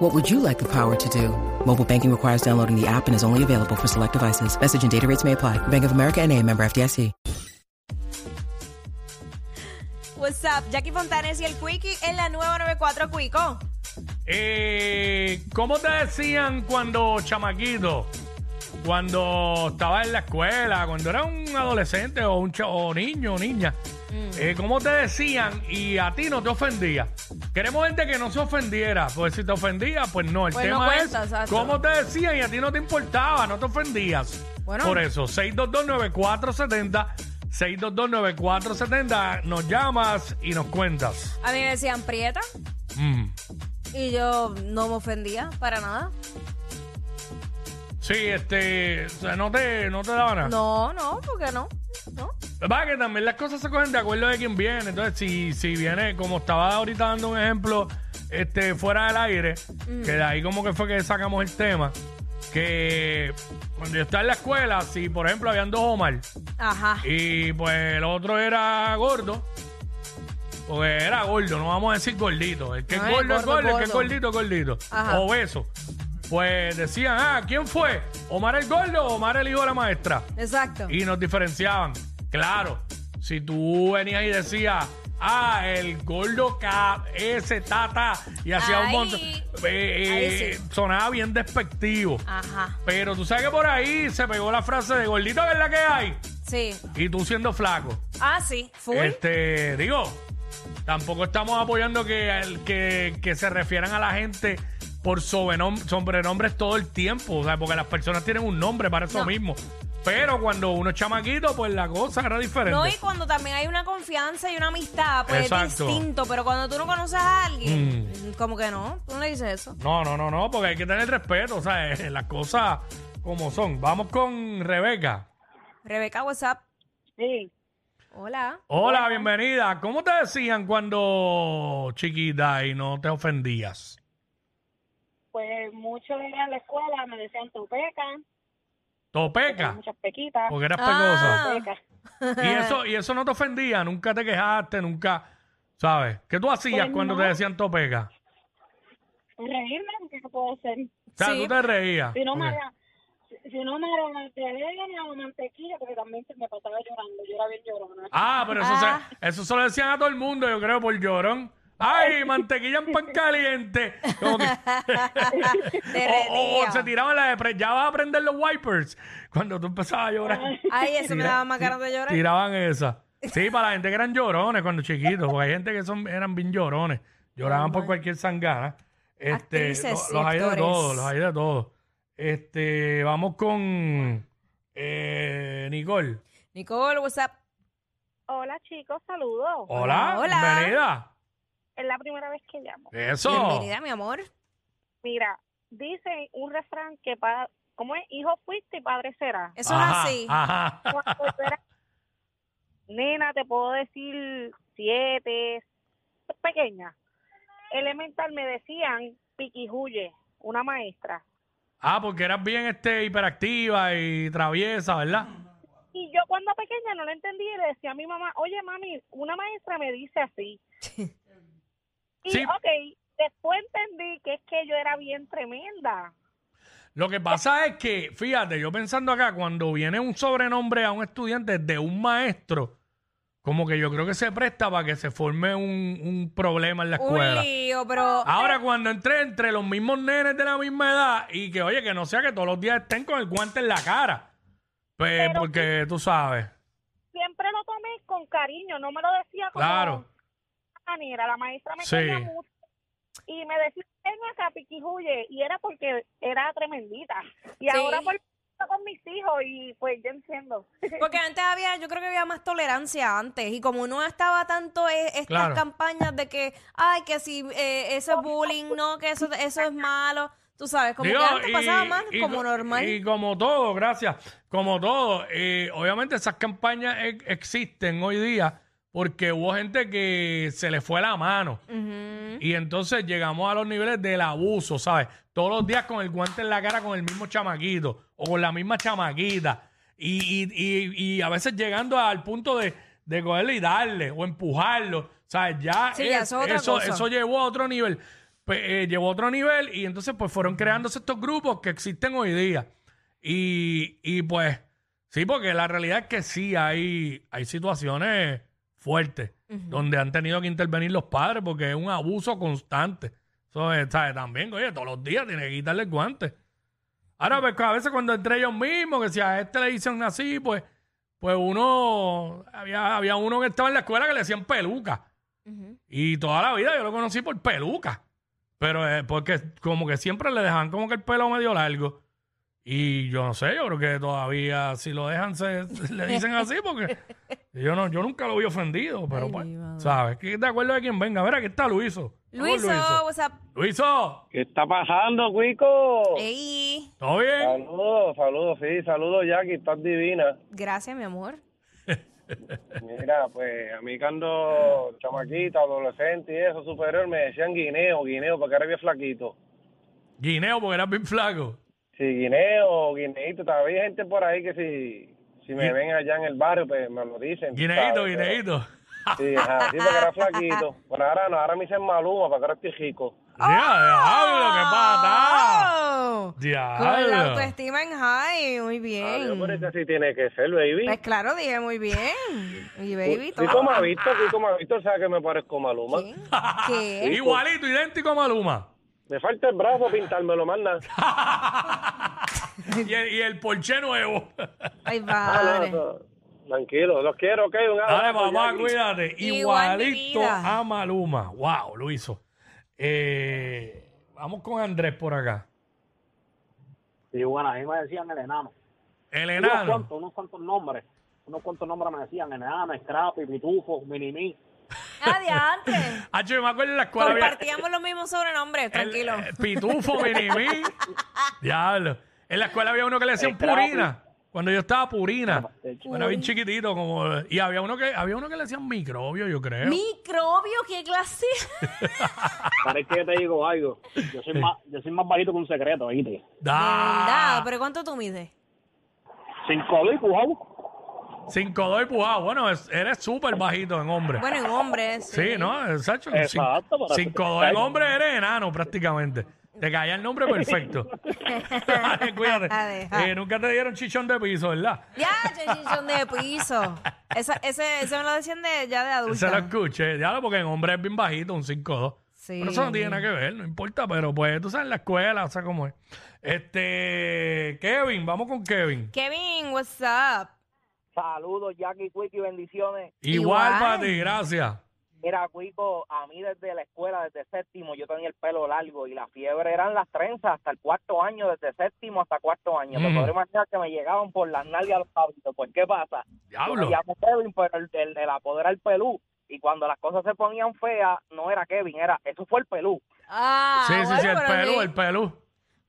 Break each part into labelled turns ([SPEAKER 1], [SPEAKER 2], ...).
[SPEAKER 1] What would you like the power to do? Mobile banking requires downloading the app and is only available for select devices. Message and data rates may apply. Bank of America and a member FDIC.
[SPEAKER 2] What's up, Jackie Fontanes y el Quickie en la nueva 94 Quico.
[SPEAKER 3] Eh, ¿Cómo te decían cuando chamaquito? Cuando estaba en la escuela, cuando era un adolescente o un cha- o niño o niña.
[SPEAKER 2] Mm.
[SPEAKER 3] Eh, ¿Cómo te decían y a ti no te ofendía? Queremos gente que no se ofendiera, pues si te ofendía, pues no. El
[SPEAKER 2] Pues no
[SPEAKER 3] tema es
[SPEAKER 2] cuenta, exacto.
[SPEAKER 3] cómo te decían y a ti no te importaba, no te ofendías.
[SPEAKER 2] Bueno.
[SPEAKER 3] Por eso, 6229470, 6229470, nos llamas y nos cuentas.
[SPEAKER 2] A mí me decían prieta
[SPEAKER 3] Mm.
[SPEAKER 2] y yo no me ofendía para nada.
[SPEAKER 3] Sí, este, o sea, no te, no te daban nada.
[SPEAKER 2] No, no, ¿por qué no? No.
[SPEAKER 3] Va que también las cosas se cogen de acuerdo de quién viene. Entonces, si, si viene, como estaba ahorita dando un ejemplo, este, fuera del aire, que de ahí como que fue que sacamos el tema, que cuando yo estaba en la escuela, si por ejemplo habían dos Omar
[SPEAKER 2] Ajá.
[SPEAKER 3] y pues el otro era gordo, porque era gordo, no vamos a decir gordito. El que
[SPEAKER 2] No,
[SPEAKER 3] es
[SPEAKER 2] es
[SPEAKER 3] gordo es
[SPEAKER 2] gordo,
[SPEAKER 3] gordo, el que es
[SPEAKER 2] gordo.
[SPEAKER 3] gordito es gordito.
[SPEAKER 2] Ajá.
[SPEAKER 3] Obeso. Pues decían, ah, ¿quién fue? ¿Omar el gordo o Omar el hijo de la maestra?
[SPEAKER 2] Exacto.
[SPEAKER 3] y nos diferenciaban. Claro, si tú venías y decías, ah, el gordo K, ese tata, y hacía un
[SPEAKER 2] Ahí.
[SPEAKER 3] montón. eh, eh,
[SPEAKER 2] Ahí sí. Ah.
[SPEAKER 3] Sonaba bien despectivo.
[SPEAKER 2] Ajá.
[SPEAKER 3] Pero tú sabes que por ahí se pegó la frase de gordito, que es la que hay,
[SPEAKER 2] Sí.
[SPEAKER 3] y tú siendo flaco.
[SPEAKER 2] Ah, sí. Full.
[SPEAKER 3] Este, digo, tampoco estamos apoyando que, el- que, que se refieran a la gente por sobrenom- sobrenombres todo el tiempo, o sea, porque las personas tienen un nombre para eso
[SPEAKER 2] No.
[SPEAKER 3] mismo. Pero cuando uno es chamaquito, pues la cosa era diferente.
[SPEAKER 2] No, y cuando también hay una confianza y una amistad, pues es
[SPEAKER 3] Exacto. Mm.
[SPEAKER 2] distinto. Pero cuando tú no conoces a alguien, como que no, tú no le dices eso.
[SPEAKER 3] no, no, no, no, porque hay que tener respeto, o sea, eh, las cosas como son. Vamos con Rebeca.
[SPEAKER 2] Rebeca, WhatsApp.
[SPEAKER 4] Sí,
[SPEAKER 2] Hola.
[SPEAKER 3] Hola, bienvenida. ¿Cómo te decían cuando chiquita y no te ofendías?
[SPEAKER 4] pues muchos en la escuela me decían topeca,
[SPEAKER 3] Topeca,
[SPEAKER 4] muchas pequitas,
[SPEAKER 3] porque eras pecosa.
[SPEAKER 2] Ah.
[SPEAKER 4] topeca.
[SPEAKER 3] Y eso, y eso no te ofendía, nunca te quejaste, nunca, ¿sabes? ¿Qué tú hacías
[SPEAKER 4] Pues
[SPEAKER 3] cuando
[SPEAKER 4] no.
[SPEAKER 3] te decían topeca?
[SPEAKER 4] Pues Reírme, porque no puedo hacer.
[SPEAKER 3] O sea,
[SPEAKER 2] Sí.
[SPEAKER 3] tú te reías.
[SPEAKER 4] Si no,
[SPEAKER 3] Ok.
[SPEAKER 4] me haga- si si no me haga magdalena o mantequilla, porque también se me pasaba llorando, yo era bien llorona.
[SPEAKER 3] Ah, pero eso, se-
[SPEAKER 2] Ah.
[SPEAKER 3] eso se lo decían a todo el mundo, yo creo, por llorón. ¡Ay, mantequilla en pan caliente! Como que,
[SPEAKER 2] Te
[SPEAKER 3] o- o,
[SPEAKER 2] reía.
[SPEAKER 3] Oh, se tiraban la de pre- ya vas a prender los wipers. Cuando tú empezabas a llorar.
[SPEAKER 2] Ay, eso me
[SPEAKER 3] Tira-
[SPEAKER 2] daba más ganas de llorar.
[SPEAKER 3] Tiraban esa. Sí, para la gente que eran llorones cuando chiquitos, porque hay gente que son, eran bien llorones. Lloraban por cualquier sangana. Este,
[SPEAKER 2] Actrices
[SPEAKER 3] lo-
[SPEAKER 2] y
[SPEAKER 3] los hay de
[SPEAKER 2] actores.
[SPEAKER 3] todos, los hay de todos. Este, vamos con eh, Nicole.
[SPEAKER 2] Nicole, WhatsApp.
[SPEAKER 4] Hola chicos, saludos.
[SPEAKER 3] Hola,
[SPEAKER 2] Hola.
[SPEAKER 3] bienvenida.
[SPEAKER 4] Es la primera vez que llamo.
[SPEAKER 3] Eso.
[SPEAKER 2] Bienvenida, mi amor.
[SPEAKER 4] Mira, dicen un refrán que, pa, ¿cómo es? Hijo fuiste y padre será.
[SPEAKER 2] Eso
[SPEAKER 3] Ajá,
[SPEAKER 2] es así.
[SPEAKER 3] ajá.
[SPEAKER 4] cuando yo era nena, te puedo decir siete, pequeña. Elemental me decían piquijuye, una maestra.
[SPEAKER 3] Ah, porque eras bien este, hiperactiva y traviesa, ¿verdad?
[SPEAKER 4] Y yo cuando pequeña no lo entendía y le decía a mi mamá, oye mami, una maestra me dice así. y
[SPEAKER 3] Sí.
[SPEAKER 4] ok, después entendí que es que yo era bien tremenda.
[SPEAKER 3] Lo que pasa es que, fíjate, yo pensando acá, cuando viene un sobrenombre a un estudiante de un maestro, como que yo creo que se presta para que se forme un, un problema en la escuela. Ah,
[SPEAKER 2] Un lío, pero
[SPEAKER 3] Ahora, cuando entré entre los mismos nenes de la misma edad y que, oye, que no sea que todos los días estén con el guante en la cara. Pues, porque tú sabes.
[SPEAKER 4] Siempre lo tomé con cariño, no me lo decía como
[SPEAKER 3] Claro.
[SPEAKER 4] manera. La maestra me
[SPEAKER 3] Sí.
[SPEAKER 4] quería mucho y me decía, ven acá, piquijuye. Y era porque era tremendita.
[SPEAKER 2] Sí.
[SPEAKER 4] Y ahora por con mis hijos y pues yo entiendo.
[SPEAKER 3] ah.
[SPEAKER 2] porque antes había, yo creo que había más tolerancia antes y como no estaba tanto e- estas
[SPEAKER 3] Claro.
[SPEAKER 2] campañas de que, ay, que si eh, eso es bullying, no, que eso, eso es malo. Tú sabes, como
[SPEAKER 3] Digo,
[SPEAKER 2] que antes
[SPEAKER 3] y-
[SPEAKER 2] pasaba más
[SPEAKER 3] y-
[SPEAKER 2] como normal.
[SPEAKER 3] Y como todo, gracias, como todo. eh, obviamente esas campañas ex- existen hoy día porque hubo gente que se le fue la mano. Y entonces llegamos a los niveles del abuso, ¿sabes? Todos los días con el guante en la cara con el mismo chamaquito o con la misma chamaquita. Y, y- y- y a veces llegando al punto de, de cogerle y darle o empujarlo. ¿Sabes? Ya,
[SPEAKER 2] Sí, ya
[SPEAKER 3] es-
[SPEAKER 2] eso es otra
[SPEAKER 3] eso,
[SPEAKER 2] cosa.
[SPEAKER 3] eso llevó a otro nivel. Pe- eh, llevó a otro nivel y entonces pues fueron creándose estos grupos que existen hoy día. Y, y, pues, sí, porque la realidad es que sí hay, hay situaciones fuertes donde han tenido que intervenir los padres porque es un abuso constante. Eso es, ¿sabes? También, oye, todos los días tiene que quitarle el guante. Ahora, pues a veces cuando entre ellos mismos, que si a este le dicen así, pues, pues uno, había, había uno que estaba en la escuela que le decían peluca. Y toda la vida yo lo conocí por peluca. Pero eh, porque como que siempre le dejan como que el pelo medio largo. Y yo no sé, yo creo que todavía si lo dejan se, se le dicen así porque yo no yo nunca lo vi ofendido, pero
[SPEAKER 2] Ay,
[SPEAKER 3] pues,
[SPEAKER 2] mi madre.
[SPEAKER 3] ¿sabes? Que de acuerdo de quien venga. A ver, aquí está Luiso. Vamos,
[SPEAKER 2] Luiso,
[SPEAKER 3] Luiso.
[SPEAKER 2] WhatsApp.
[SPEAKER 3] Luiso,
[SPEAKER 5] ¿Qué está pasando, Cuico?
[SPEAKER 2] Eh. Ey,
[SPEAKER 3] ¿todo bien?
[SPEAKER 5] Saludos, saludos, sí, saludos, Jackie, estás divina.
[SPEAKER 2] gracias, mi amor.
[SPEAKER 5] Mira, pues a mí cuando chamaquita, adolescente y eso, superior, me decían guineo, guineo, porque era bien flaquito.
[SPEAKER 3] Guineo, porque eras bien flaco.
[SPEAKER 5] Sí, guineo, guineito, todavía hay gente por ahí que si, si me ven allá en el barrio, pues me lo dicen. tú
[SPEAKER 3] Guineito,
[SPEAKER 5] sabes, pero-
[SPEAKER 3] guineito.
[SPEAKER 5] Sí, ajá, sí, porque era flaquito. Bueno, ahora no, ahora me dicen maluma, porque ahora estoy rico.
[SPEAKER 3] Ya, diablo, qué pata.
[SPEAKER 2] Oh, Con la
[SPEAKER 3] Diablo.
[SPEAKER 2] autoestima en high, muy
[SPEAKER 5] Ah, Dios, pero es que
[SPEAKER 2] bien.
[SPEAKER 5] así tiene que ser, baby.
[SPEAKER 2] Pues claro, dije muy bien. Y baby,
[SPEAKER 5] Cuico me
[SPEAKER 2] todo.
[SPEAKER 5] ha visto, Cuico me ha visto, o sea que me parezco a maluma.
[SPEAKER 2] ¿Qué? ¿Qué?
[SPEAKER 3] Igualito, idéntico a Maluma.
[SPEAKER 5] Me falta el brazo pintármelo más nada.
[SPEAKER 3] y, el, y el Porsche nuevo.
[SPEAKER 2] Ay,
[SPEAKER 5] Ah, no,
[SPEAKER 2] vale.
[SPEAKER 5] no. Tranquilo, los quiero, ok, un abrazo.
[SPEAKER 3] Dale, pues, mamá,
[SPEAKER 5] Jackie.
[SPEAKER 3] cuídate.
[SPEAKER 2] pues Igual, mi
[SPEAKER 3] Igualito
[SPEAKER 2] vida.
[SPEAKER 3] a Maluma. Wow, lo hizo. Eh, vamos con Andrés por acá.
[SPEAKER 6] Sí, bueno, a mí me decían el enano.
[SPEAKER 3] El
[SPEAKER 6] Unos
[SPEAKER 3] enano.
[SPEAKER 6] cuantos, unos cuantos nombres. Unos cuantos nombres me decían enano, Scrappy, Pitufo, Minimi.
[SPEAKER 2] Adiante.
[SPEAKER 3] Ah, yo me acuerdo en la escuela. había-
[SPEAKER 2] Compartíamos los mismos sobrenombres,
[SPEAKER 3] el-
[SPEAKER 2] tranquilo.
[SPEAKER 3] eh, pitufo, Minimín. Diablo. En la escuela había uno que le decían
[SPEAKER 6] Escrapi.
[SPEAKER 3] Purina. Cuando yo estaba Purina. Bueno, bien chiquitito. como Y había uno que había uno que le decían microbio, yo creo.
[SPEAKER 2] Microbio, qué clase.
[SPEAKER 6] Parece que te digo algo. Yo soy más, yo soy más bajito que un secreto, ¿viste?
[SPEAKER 3] Ah.
[SPEAKER 2] ¿Verdad?
[SPEAKER 3] Da.
[SPEAKER 2] ¿Pero cuánto tú mides?
[SPEAKER 6] Cinco de pujado.
[SPEAKER 3] 5'2 y pujado. Bueno, es- eres súper bajito en hombre.
[SPEAKER 2] Bueno, en hombres.
[SPEAKER 3] Sí, ¿no? Exacto.
[SPEAKER 6] Exacto, para-
[SPEAKER 3] Cinco dos. El hombre eres enano prácticamente. Te caía el nombre perfecto. Dale,
[SPEAKER 2] A
[SPEAKER 3] Cuídate.
[SPEAKER 2] dejar.
[SPEAKER 3] Eh, nunca te dieron chichón de piso, ¿verdad?
[SPEAKER 2] Ya, chichón de piso. Esa- ese, ese me lo decían de, ya de adulta.
[SPEAKER 3] Se lo escuché. Diablo, porque en hombre es bien bajito, un 5'2.
[SPEAKER 2] Sí.
[SPEAKER 3] Pero eso no tiene nada que ver, no importa. Pero pues tú sabes en la escuela, o sea cómo es. Este, Kevin, vamos con Kevin.
[SPEAKER 2] Kevin, what's up?
[SPEAKER 7] Saludos, Jackie Cuico y bendiciones.
[SPEAKER 3] Igual,
[SPEAKER 2] Igual.
[SPEAKER 3] para ti, gracias.
[SPEAKER 7] Mira, Cuico, a mí desde la escuela, desde séptimo, yo tenía el pelo largo y la fiebre eran las trenzas hasta el cuarto año, desde séptimo hasta cuarto año.
[SPEAKER 3] Ujú.
[SPEAKER 7] Me podré imaginar que me llegaban por las nalgas los hábitos. Pues, ¿qué pasa? Yo
[SPEAKER 3] Diablo.
[SPEAKER 7] me llamo Kevin, pero el, el, el apodo era el pelú. Y cuando las cosas se ponían feas, no era Kevin, era, eso fue el pelú.
[SPEAKER 2] Ah,
[SPEAKER 3] sí, sí,
[SPEAKER 2] bueno,
[SPEAKER 3] sí, el
[SPEAKER 2] pero
[SPEAKER 3] pelú,
[SPEAKER 2] sí.
[SPEAKER 3] el pelú.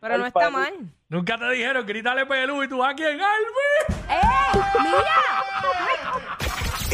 [SPEAKER 2] Pero no
[SPEAKER 7] el
[SPEAKER 2] está
[SPEAKER 7] pelu.
[SPEAKER 2] mal.
[SPEAKER 3] Nunca te dijeron, grítale pelú y tú aquí en Albi.
[SPEAKER 2] ¡Ey! ¡Mira!